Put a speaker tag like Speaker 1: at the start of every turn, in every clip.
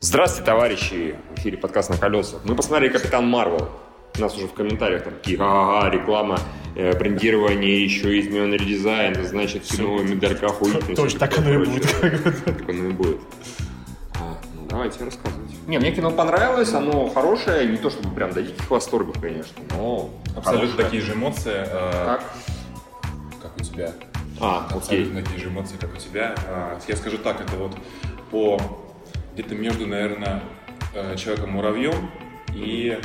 Speaker 1: Здравствуйте, товарищи! В эфире подкаст «На колесах». Мы посмотрели «Капитан Марвел». У нас уже в комментариях там такие ага, реклама, э, брендирование, еще измененный редизайн, это значит, кино, медалька охуительная.
Speaker 2: Точно, так оно и будет.
Speaker 1: Так оно и будет. А, ну, Давайте рассказывать. Не, мне кино понравилось, оно хорошее, не то чтобы прям до диких восторгов, конечно, но
Speaker 3: Абсолютно
Speaker 1: хорошее.
Speaker 3: такие же эмоции, э,
Speaker 1: Так.
Speaker 3: как у тебя.
Speaker 1: А, окей.
Speaker 3: Абсолютно такие же эмоции, как у тебя. А, Я скажу так, это вот по где-то между, наверное, э, Человеком-муравьем и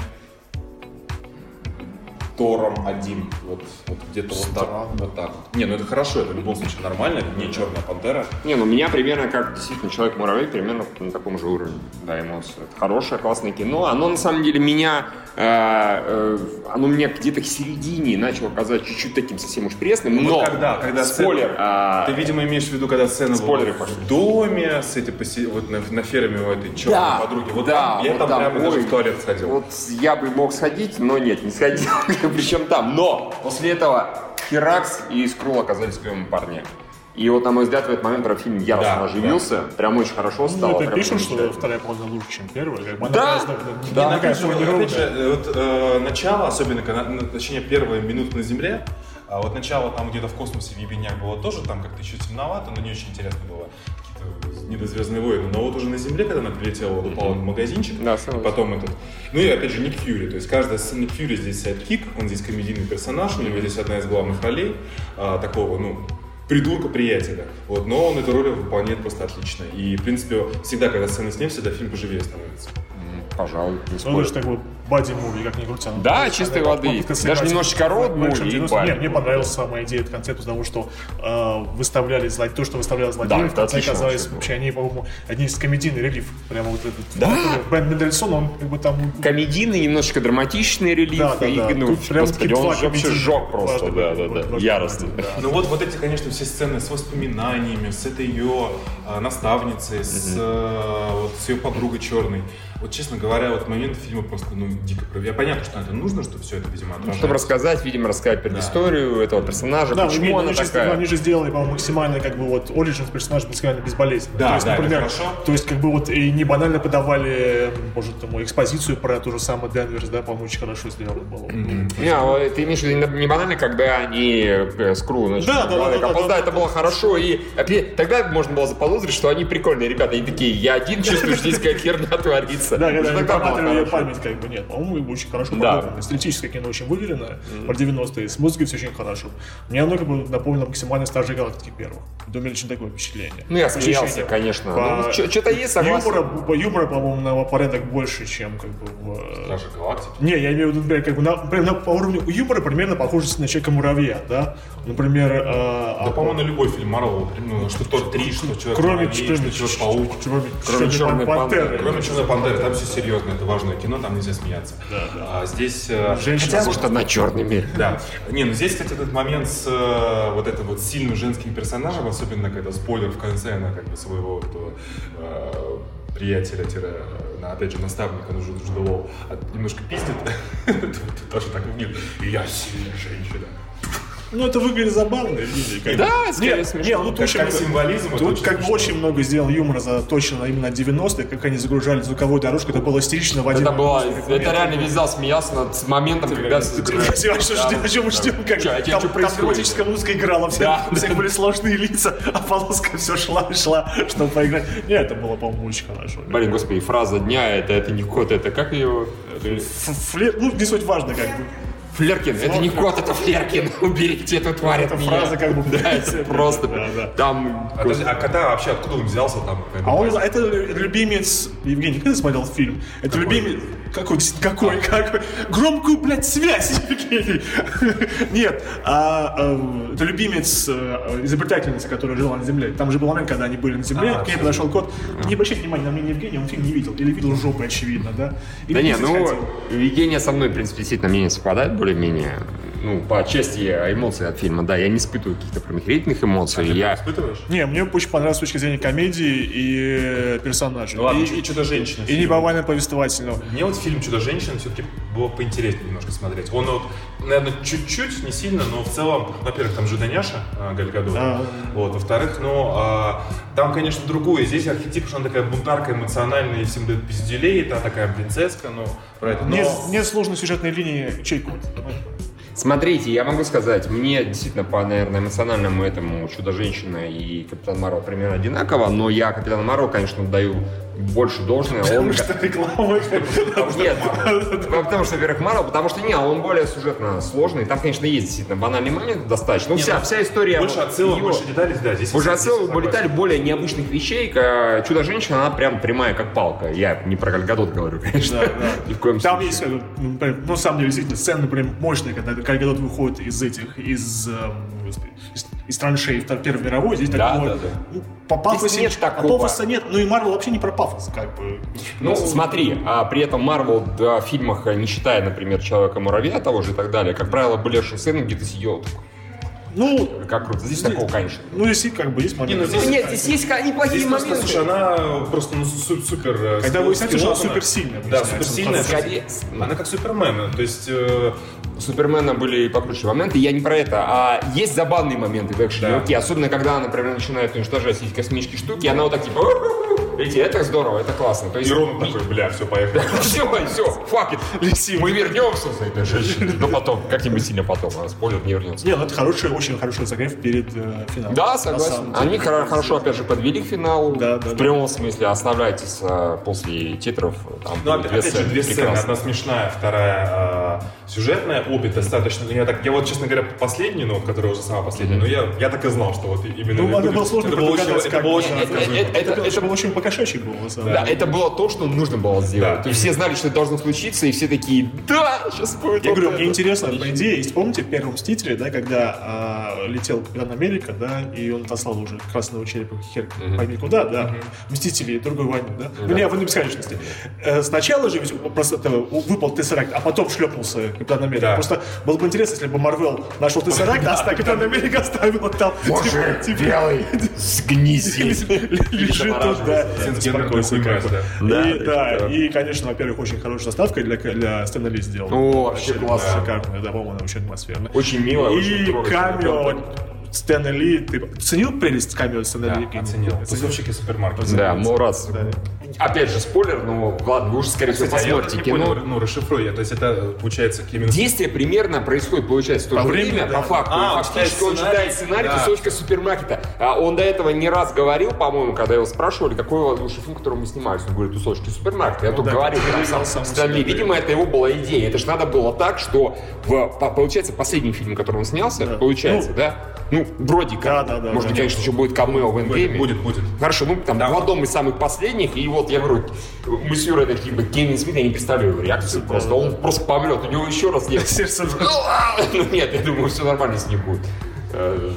Speaker 3: Тором один. Вот, вот где-то вот так,
Speaker 2: Странно.
Speaker 3: вот так. вот. Не, ну это хорошо, это в любом случае нормально, это не черная пантера.
Speaker 1: Не, ну меня примерно как действительно человек-муравей, примерно на таком же уровне. Да, эмоции. Это хорошее, классное кино. Оно на самом деле меня, э, э, оно меня где-то к середине начало казаться чуть-чуть таким совсем уж пресным, но...
Speaker 3: Вот когда, когда сцена-
Speaker 1: спойлер, а,
Speaker 3: Ты, видимо, имеешь в виду, когда сцена
Speaker 1: Спойлеры
Speaker 3: была
Speaker 1: пошли.
Speaker 3: в доме, с этой посе- вот на, на ферме у этой черной
Speaker 1: Да,
Speaker 3: подруги. Вот
Speaker 1: да,
Speaker 3: там, я
Speaker 1: вот
Speaker 3: там
Speaker 1: там,
Speaker 3: прямо даже
Speaker 1: ой.
Speaker 3: в туалет сходил.
Speaker 1: вот я бы мог сходить, но нет, не сходил, причем там. Но после этого Херакс и Скрул оказались клевыми парнями. И вот, на мой взгляд, в этот момент прям фильм яростно
Speaker 3: Да,
Speaker 1: оживился, прям очень хорошо стало.
Speaker 2: Ну, это
Speaker 1: прям
Speaker 2: пишут, что
Speaker 1: замечательно.
Speaker 2: вторая половина лучше, чем первая. как бы она
Speaker 1: Да!
Speaker 2: разная, блин,
Speaker 1: Да,
Speaker 2: не такая
Speaker 3: Опять же,
Speaker 2: формулировка.
Speaker 3: опять же, э, вот, э, начало, особенно, когда, ну, точнее, первые минуты на Земле, а вот начало там где-то в космосе в Ебенях было тоже, там как-то еще темновато, но не очень интересно было. Какие-то недозвездные войны. Но вот уже на Земле, когда она прилетела, вот упала на магазинчик,
Speaker 1: Да,
Speaker 3: и
Speaker 1: согласен.
Speaker 3: потом этот... Ну и опять же Ник Фьюри, то есть каждая сцена Ник Фьюри здесь сайдкик, он здесь комедийный персонаж, у него здесь одна из главных ролей а, такого, ну, придурка-приятеля. Вот, но он эту роль выполняет просто отлично. И, в принципе, всегда, когда сцены с ним, всегда фильм поживее становится.
Speaker 1: М, Пожалуй, не
Speaker 2: Ну,
Speaker 1: спорю.
Speaker 2: это же такой бадди-муви, как ни крути. оно
Speaker 1: Да,
Speaker 2: такое,
Speaker 1: чистой
Speaker 2: такая
Speaker 1: воды.
Speaker 2: попытка
Speaker 1: Даже
Speaker 2: сыграть
Speaker 1: немножечко
Speaker 2: в
Speaker 1: родную
Speaker 2: экшен
Speaker 1: и
Speaker 2: 90-х.
Speaker 1: бадди.
Speaker 2: Нет, мне понравилась сама идея, этот концепт, потому что э, выставляли зло- то, что выставляли
Speaker 1: Да,
Speaker 2: злодеев,
Speaker 1: это
Speaker 2: в конце
Speaker 1: отлично
Speaker 2: оказались
Speaker 1: вообще было.
Speaker 2: вообще, они, по-моему, одни из комедийных релиф. Прямо вот этот. который Бен Мендельсон, он как бы там...
Speaker 1: комедийный, немножечко драматичный релиф.
Speaker 2: Да, да,
Speaker 1: и,
Speaker 2: да.
Speaker 1: ну,
Speaker 2: Тут прям
Speaker 1: господи,
Speaker 2: такие
Speaker 1: он
Speaker 2: два
Speaker 1: же вообще
Speaker 2: комедийных
Speaker 1: жёг просто,
Speaker 2: важных
Speaker 1: да, да,
Speaker 2: таких вот
Speaker 1: да,
Speaker 2: важных
Speaker 1: яростно.
Speaker 2: моментов, да.
Speaker 3: Ну вот, вот эти, конечно, все сцены с воспоминаниями, с этой ее э, наставницей, с, э, вот, с ее подругой черной. Вот, честно говоря, вот момент фильма просто, ну, дико пров- Я понятно, что это нужно, что все это, видимо, отражает.
Speaker 1: Чтобы рассказать, видимо, рассказать предысторию этого персонажа,
Speaker 2: Да,
Speaker 1: почему
Speaker 2: ну,
Speaker 1: она
Speaker 2: они, же,
Speaker 1: такая.
Speaker 2: они же сделали, по-моему, максимально как бы вот Origins персонаж максимально безболезненно.
Speaker 3: Да,
Speaker 2: то есть,
Speaker 3: да, это
Speaker 2: например,
Speaker 3: хорошо.
Speaker 2: то есть как бы вот и не банально подавали, м, боже ты мой, экспозицию про ту же самую Денверс, да, по-моему, очень хорошо сделано было. Ну,
Speaker 1: Не, а вот ты имеешь в виду не банально, когда они э, с Кру начали
Speaker 2: Да, да, да,
Speaker 1: говорить,
Speaker 2: да,
Speaker 1: а
Speaker 2: да,
Speaker 1: просто,
Speaker 2: да,
Speaker 1: это было хорошо, и опять- тогда можно было заподозрить, что они прикольные ребята, они такие, я один чувствую, что здесь какая херня творится.
Speaker 2: Да, когда
Speaker 1: Уже
Speaker 2: они
Speaker 1: тогда было
Speaker 2: проматривали ее
Speaker 1: хорошо.
Speaker 2: память, как бы нет, по-моему, очень хорошо
Speaker 1: Да.
Speaker 2: подобрано. Стилистическое кино очень выверено, про 90-е, с музыкой все очень хорошо. Мне оно как бы напомнило максимально стажи галактики первых. У меня лично такое впечатление.
Speaker 1: Ну, я
Speaker 2: Ощущение.
Speaker 1: смеялся, конечно.
Speaker 2: По-
Speaker 1: Что-то есть, согласен.
Speaker 2: Юмора, по- юмора, по-моему, на порядок больше, чем как бы в... э,
Speaker 3: Даже галактики.
Speaker 2: Не, я имею в виду, например, как бы на, прям на- по уровню юмора примерно похоже на Человека-муравья, да? Например, э, а-
Speaker 3: Да, по-моему, на любой фильм Марвел, ну, что тот три, что человек
Speaker 2: кроме
Speaker 3: что человек паук.
Speaker 2: Человек-паук, кроме,
Speaker 1: Кроме «Чёрной
Speaker 2: «Чёрной
Speaker 1: пантеры».
Speaker 2: пантеры. Ну,
Speaker 3: Кроме Черной Пантеры, там все серьезно, это важное кино, там нельзя смеяться.
Speaker 2: Да,
Speaker 3: А здесь... э,
Speaker 2: Женщина
Speaker 3: хотя-
Speaker 1: Потому что она черными.
Speaker 3: Да. Не, ну здесь, кстати, этот момент с э, вот этим вот сильным женским персонажем, особенно когда спойлер в конце, она как бы своего этого, э, приятеля, тире, на, опять же, наставника, ну, Джуд- Джуда Лоу, от- немножко пиздит, Тут тоже так выглядит. И я сильная женщина.
Speaker 2: Ну, это выглядит забавно, видите, как бы.
Speaker 1: Да, скорее
Speaker 2: Нет,
Speaker 1: смешно.
Speaker 2: нет, ну, тут
Speaker 3: Как-
Speaker 2: очень
Speaker 3: как
Speaker 2: много-
Speaker 3: символизм, это
Speaker 2: Тут
Speaker 3: очень
Speaker 2: как бы
Speaker 3: смешно.
Speaker 2: очень много сделал юмора заточено именно 90-е, как они загружали звуковую дорожку, это было истерично в один
Speaker 1: Это было,
Speaker 2: момент.
Speaker 1: это реально весь зал смеялся над моментом, когда все
Speaker 2: Ты понимаешь, что ждём, о чем мы ждем, как
Speaker 1: Чё, а чё-
Speaker 2: там,
Speaker 1: чё
Speaker 2: там
Speaker 1: происходит?
Speaker 2: драматическая музыка играла, все,
Speaker 1: Да.
Speaker 2: у всех были сложные лица, а полоска все шла и шла, чтобы поиграть. Не, это было, по-моему, очень хорошо.
Speaker 1: Блин, господи, фраза дня, это, это не кот, это как ее?
Speaker 2: Ф- Флер, ну, не суть важно, как бы.
Speaker 1: Флеркин, это не кот, это Флеркин, уберите эту тварь
Speaker 2: Эта
Speaker 1: от меня.
Speaker 2: фраза как бы...
Speaker 1: Да, это просто
Speaker 2: Да, да.
Speaker 1: там...
Speaker 3: А, подожди, а кота вообще откуда он взялся там? как бы,
Speaker 2: А он, это любимец, Евгений, когда смотрел фильм? Это любимец, какой, какой, какой, громкую, блядь, связь, Евгений. Нет, а, э, это любимец э, изобретательницы, которая жила на Земле. Там же был момент, когда они были на Земле,
Speaker 3: А,
Speaker 2: к ней подошел кот. Не обращайте внимания на мнение Евгения, он фильм не видел. Или видел жопы, очевидно, да? Или
Speaker 1: Да не,
Speaker 2: писать
Speaker 1: ну,
Speaker 2: хотел.
Speaker 1: Евгения со мной, в принципе, действительно мнение совпадает более-менее. ну, по части эмоций от фильма, да, я не испытываю каких-то прям охерительных эмоций. я...
Speaker 3: Испытываешь?
Speaker 2: Не, мне очень понравилось с точки зрения комедии и э, персонажей.
Speaker 3: Ну ладно,
Speaker 2: и, и,
Speaker 3: «Чудо-женщина».
Speaker 2: и
Speaker 3: фильм.
Speaker 2: небывально повествовательного.
Speaker 3: Мне вот фильм «Чудо-женщина» все-таки было поинтереснее немножко смотреть. Он вот, наверное, чуть-чуть, не сильно, но в целом, во-первых, там же Даняша а, Галь Гадот.
Speaker 2: Да.
Speaker 3: Вот, во-вторых, ну, а, там, конечно, другое. Здесь архетип, что она такая бунтарка эмоциональная, и всем дает пизделей, та такая принцесска, но про это. Но...
Speaker 2: Нет, нет сложной сюжетной линии чайку.
Speaker 1: Смотрите, я могу сказать, мне действительно по, наверное, эмоциональному этому «Чудо-женщина» и «Капитан Марвел» примерно одинаково, но я «Капитан Марвел», конечно, даю больше должное. Он...
Speaker 2: Потому что реклама.
Speaker 1: Нет, ну, потому что, во-первых, Марвел, потому что не, он более сюжетно сложный. Там, конечно, есть действительно банальный момент достаточно. Ну,
Speaker 3: Не,
Speaker 1: вся,
Speaker 3: ну,
Speaker 1: вся история...
Speaker 3: Больше отсылок,
Speaker 1: его-
Speaker 3: больше деталей, да, здесь.
Speaker 1: Уже
Speaker 3: здесь
Speaker 1: отсылок,
Speaker 3: согласен.
Speaker 1: улетали более необычных вещей. к- э, Чудо-женщина, она прям прямая, как палка. Я не про Гальгадот говорю, конечно. Ни в коем
Speaker 2: Там
Speaker 1: случае.
Speaker 2: есть, э, ну, прям, ну, на самом деле, действительно, сцены прям мощные, когда Кальгадот выходит из этих, из, эм, господи, из, из траншей в Первой мировой, здесь
Speaker 1: Да,
Speaker 2: такого...
Speaker 1: да, да.
Speaker 2: ну, По пафосу
Speaker 1: Здесь нет
Speaker 2: а
Speaker 1: такого.
Speaker 2: пафоса нет, ну и Марвел вообще не про пафос, как бы.
Speaker 1: Ну, смотри, а при этом Марвел да, в фильмах, э, не считая, например, Человека-муравья того же и так далее, как правило, блеши сцены, где ты сидел, такой,
Speaker 2: Ну,
Speaker 1: как круто. Здесь такого, конечно.
Speaker 2: ну, если как бы есть момент.
Speaker 3: ну, здесь-
Speaker 1: Нет, здесь есть ка- неплохие
Speaker 3: Здесь просто,
Speaker 1: моменты.
Speaker 3: слушай, она просто ну, су- супер... э,
Speaker 2: Когда вы знаете, что она
Speaker 3: склонна.
Speaker 2: суперсильная,
Speaker 3: Да,
Speaker 2: начинается,
Speaker 3: суперсильная.
Speaker 1: Скорее-
Speaker 3: Она как Супермен, то есть... э,
Speaker 1: У Супермена были и покруче моменты, я не про это, а есть забавные моменты в экшене,
Speaker 3: Да.
Speaker 1: окей, особенно когда она, например, начинает уничтожать эти космические штуки, и она вот так типа, «У-ху-ху». эти, это здорово, это классно. То есть,
Speaker 3: И Роман такой, бля, все, поехали.
Speaker 1: все, все, fuck it, мы вернемся за этой женщиной, но Ну, потом, как-нибудь сильно потом, она спойлер не вернется.
Speaker 2: Не, ну это хороший, очень хороший загрев перед э, финалом.
Speaker 1: Да,
Speaker 2: На
Speaker 1: согласен.
Speaker 2: самом деле.
Speaker 1: Они хоро- хорошо, опять же, подвели к финалу.
Speaker 2: Да, да,
Speaker 1: в
Speaker 2: да.
Speaker 1: прямом смысле, останавливайтесь э, после титров. Там
Speaker 3: Ну,
Speaker 1: будут
Speaker 3: опять, опять же, две сцены.
Speaker 1: прекрасные.
Speaker 3: Одна смешная, вторая э, сюжетная. Обе достаточно... Я, так, я вот, честно говоря, последнюю, ну, которая уже сама последняя, но я, я так и знал, что вот именно...
Speaker 2: Ну,
Speaker 3: это
Speaker 2: это
Speaker 3: будет.
Speaker 2: было сложно
Speaker 3: Это было очень,
Speaker 2: предугадать,
Speaker 3: это
Speaker 2: как-
Speaker 3: было очень
Speaker 2: Э,
Speaker 1: Э,
Speaker 2: э,
Speaker 1: э,
Speaker 3: раздражительно.
Speaker 1: э,
Speaker 2: Это,
Speaker 1: Это,
Speaker 2: было-
Speaker 1: это-
Speaker 2: это было очень покошачий был, на самом
Speaker 1: да,
Speaker 2: деле.
Speaker 1: это было то, что нужно было сделать.
Speaker 3: Да.
Speaker 1: То есть все знали, что это должно случиться, и все такие, да, сейчас будет.
Speaker 2: Я
Speaker 1: вот
Speaker 2: говорю,
Speaker 1: это».
Speaker 2: мне интересно, по идее, есть, помните, в первом «Мстителе», да, когда а, летел Капитан Америка, да, и он отослал уже красного черепа хер пойми куда, да, «Мстители» и другой войны, да, ну, не, в бесконечности. Э, Сначала же ведь просто это, у- выпал Тессеракт, а потом шлепнулся Капитан Америка.
Speaker 3: Да.
Speaker 2: Просто было бы интересно, если бы Марвел нашел Тессеракт, а Капитан Америка оставил там. Типа,
Speaker 1: Боже, белый, сгнись.
Speaker 2: лежит тут, да,
Speaker 3: Трансгендерный
Speaker 2: беспокойство
Speaker 3: хуй
Speaker 2: как бы.
Speaker 3: мразь,
Speaker 1: да.
Speaker 2: И,
Speaker 1: Да,
Speaker 2: да,
Speaker 1: это
Speaker 2: и, конечно, во-первых, очень хорошая заставка для, для Стэна Ли сделана.
Speaker 1: О, вообще классно.
Speaker 2: Шикарная, да, по-моему, она очень атмосферная.
Speaker 1: Ну, Очень мило, очень
Speaker 2: И
Speaker 1: трогательно.
Speaker 2: камео Стэна Ли, ты ценил прелесть камео Стэна
Speaker 3: Да,
Speaker 2: Ли?
Speaker 3: оценил. Тусовщики супермаркета.
Speaker 1: э, Да, ну раз.
Speaker 2: Да.
Speaker 1: Опять же, спойлер, ну ладно, вы уже, скорее всего,
Speaker 3: Кстати, а я вот
Speaker 1: посмотрите
Speaker 3: не
Speaker 1: кино.
Speaker 3: понял, ну, расшифруй, я, то есть это, получается, Кевин
Speaker 1: Действие примерно происходит, получается, в то
Speaker 2: По
Speaker 1: же
Speaker 2: времени,
Speaker 1: время,
Speaker 2: да.
Speaker 1: по факту.
Speaker 3: А, он
Speaker 1: Фактически
Speaker 3: читает
Speaker 1: он читает
Speaker 3: сценарий.
Speaker 1: сценарий
Speaker 3: Да.
Speaker 1: кусочка супермаркета. А он до этого не раз говорил, по-моему, когда его спрашивали, какой его лучший фильм, который мы снимались. Он говорит, кусочки супермаркета. Я тут
Speaker 2: Ну да,
Speaker 1: говорил,
Speaker 2: это
Speaker 1: там
Speaker 2: он
Speaker 1: сам,
Speaker 2: сам
Speaker 1: Стэн Ли.
Speaker 2: себе
Speaker 1: Видимо, это его была идея. Это же надо было так, что, в, по- получается, последний фильм, который он снялся,
Speaker 2: Да.
Speaker 1: получается,
Speaker 2: Ну,
Speaker 1: да? Ну, вроде как.
Speaker 2: Да, да, да,
Speaker 1: Может
Speaker 2: да.
Speaker 1: быть, конечно, еще будет камео в
Speaker 3: Будет,
Speaker 1: эндгейме.
Speaker 3: будет, будет.
Speaker 1: Хорошо, ну там
Speaker 3: Да.
Speaker 1: в одном из самых последних, и вот я говорю, мы с Юрой такие, блин, Кевин Смит, я не представляю его реакцию просто, он просто помрет, у него еще раз нет.
Speaker 2: Сердце
Speaker 1: Ну, а, ну, нет, я думаю, все нормально с ним будет. Э,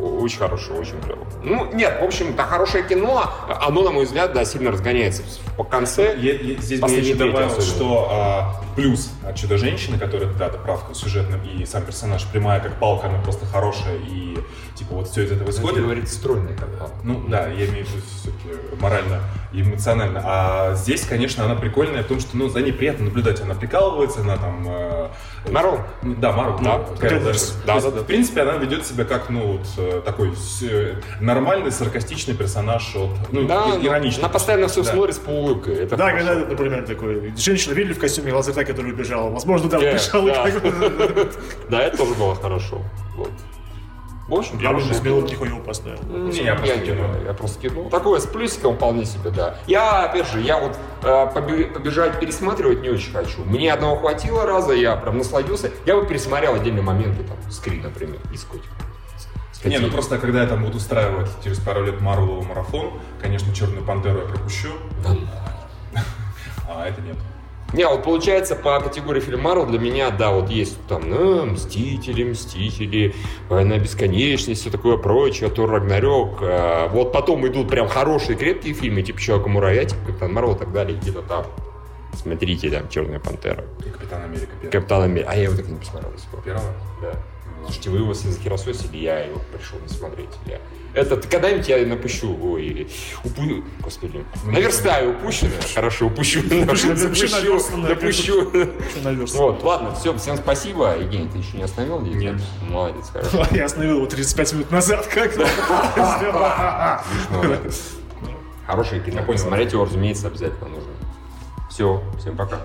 Speaker 1: Очень хорошее, очень клево. Ну, нет, в общем, это хорошее кино, оно, на мой взгляд, да, сильно разгоняется по конце.
Speaker 3: Я- я- здесь бы я
Speaker 1: Последний
Speaker 3: еще
Speaker 1: третий
Speaker 3: добавил,
Speaker 1: особенно.
Speaker 3: что а, плюс от Чудо-женщины, которая, да, правка сюжетным, и сам персонаж прямая, как палка, она просто хорошая, и типа вот все из этого
Speaker 1: Знаете,
Speaker 3: исходит.
Speaker 1: говорит, стройная как палка.
Speaker 3: Ну да, я имею в виду все-таки морально и эмоционально. А здесь, конечно, она прикольная в том, что ну, за ней приятно наблюдать. Она прикалывается, она там... э,
Speaker 1: Мару.
Speaker 3: ну, Да, Мару.
Speaker 1: Да.
Speaker 3: ну, Кэрол
Speaker 1: Да,
Speaker 3: Дэшерс.
Speaker 1: да,
Speaker 3: То есть,
Speaker 1: да.
Speaker 3: В принципе, она ведет себя как, ну, вот э, такой с- э, нормальный, саркастичный персонаж. Вот, ну,
Speaker 1: Да,
Speaker 3: и- ироничный.
Speaker 1: она постоянно все
Speaker 3: Да.
Speaker 1: смотрит с полуулыбкой. Это
Speaker 2: Да,
Speaker 1: хорошо.
Speaker 2: когда, например, такой, женщина видели в костюме лазерта, который убежала. Возможно, да,
Speaker 1: Э,
Speaker 2: убежала.
Speaker 1: да.
Speaker 2: как бы.
Speaker 1: Да, это тоже было хорошо. Вот. В общем,
Speaker 2: Я
Speaker 1: хорошее
Speaker 2: уже
Speaker 1: кино.
Speaker 2: смело тихо его поставил.
Speaker 1: Не,
Speaker 3: Не,
Speaker 1: я
Speaker 3: я
Speaker 1: просто
Speaker 3: просто
Speaker 1: кинул.
Speaker 3: кинул.
Speaker 1: Я просто кинул. Такое с плюсиком вполне себе, да. Я, опять же, я вот э, побе- побежать пересматривать не очень хочу. Мне одного хватило раза, я прям насладился. Я бы пересмотрел отдельные моменты, там, скрин, например, из котика. С
Speaker 3: Не, ну
Speaker 1: котиком.
Speaker 3: просто когда я там буду устраивать через пару лет Марвеловый марафон, конечно, Черную Пантеру я пропущу. А это нет.
Speaker 1: Не, вот получается, по категории фильм Марвел для меня, да, вот есть там ну, Мстители, Мстители, Война Бесконечности, все такое прочее, Тор Рагнарёк. Э, вот потом идут прям хорошие, крепкие фильмы, типа Человека Муравья, типа Капитан Марвел и так далее, где-то там смотрите, там, Черная пантера,
Speaker 3: И Капитан Америка первый.
Speaker 1: Капитан Америка. А я его так и не посмотрел до сих пор.
Speaker 3: Первого?
Speaker 1: Да. Слушайте, вы его с языки рассосили, я его пришел не смотреть. Я... Это ты когда-нибудь я напущу, ой, или упу... Господи, наверстаю упущенное. Хорошо, упущу.
Speaker 2: напиши наверстанное,
Speaker 1: напущу.
Speaker 2: Наверное.
Speaker 1: Вот, ладно, все, всем спасибо. Евгений, ты еще не остановил? Нет. Молодец, хорошо.
Speaker 2: Я остановил его 35 минут назад, как
Speaker 1: Хорошее кино.
Speaker 3: понял.
Speaker 1: Смотреть его, разумеется, обязательно нужно. Все, всем пока.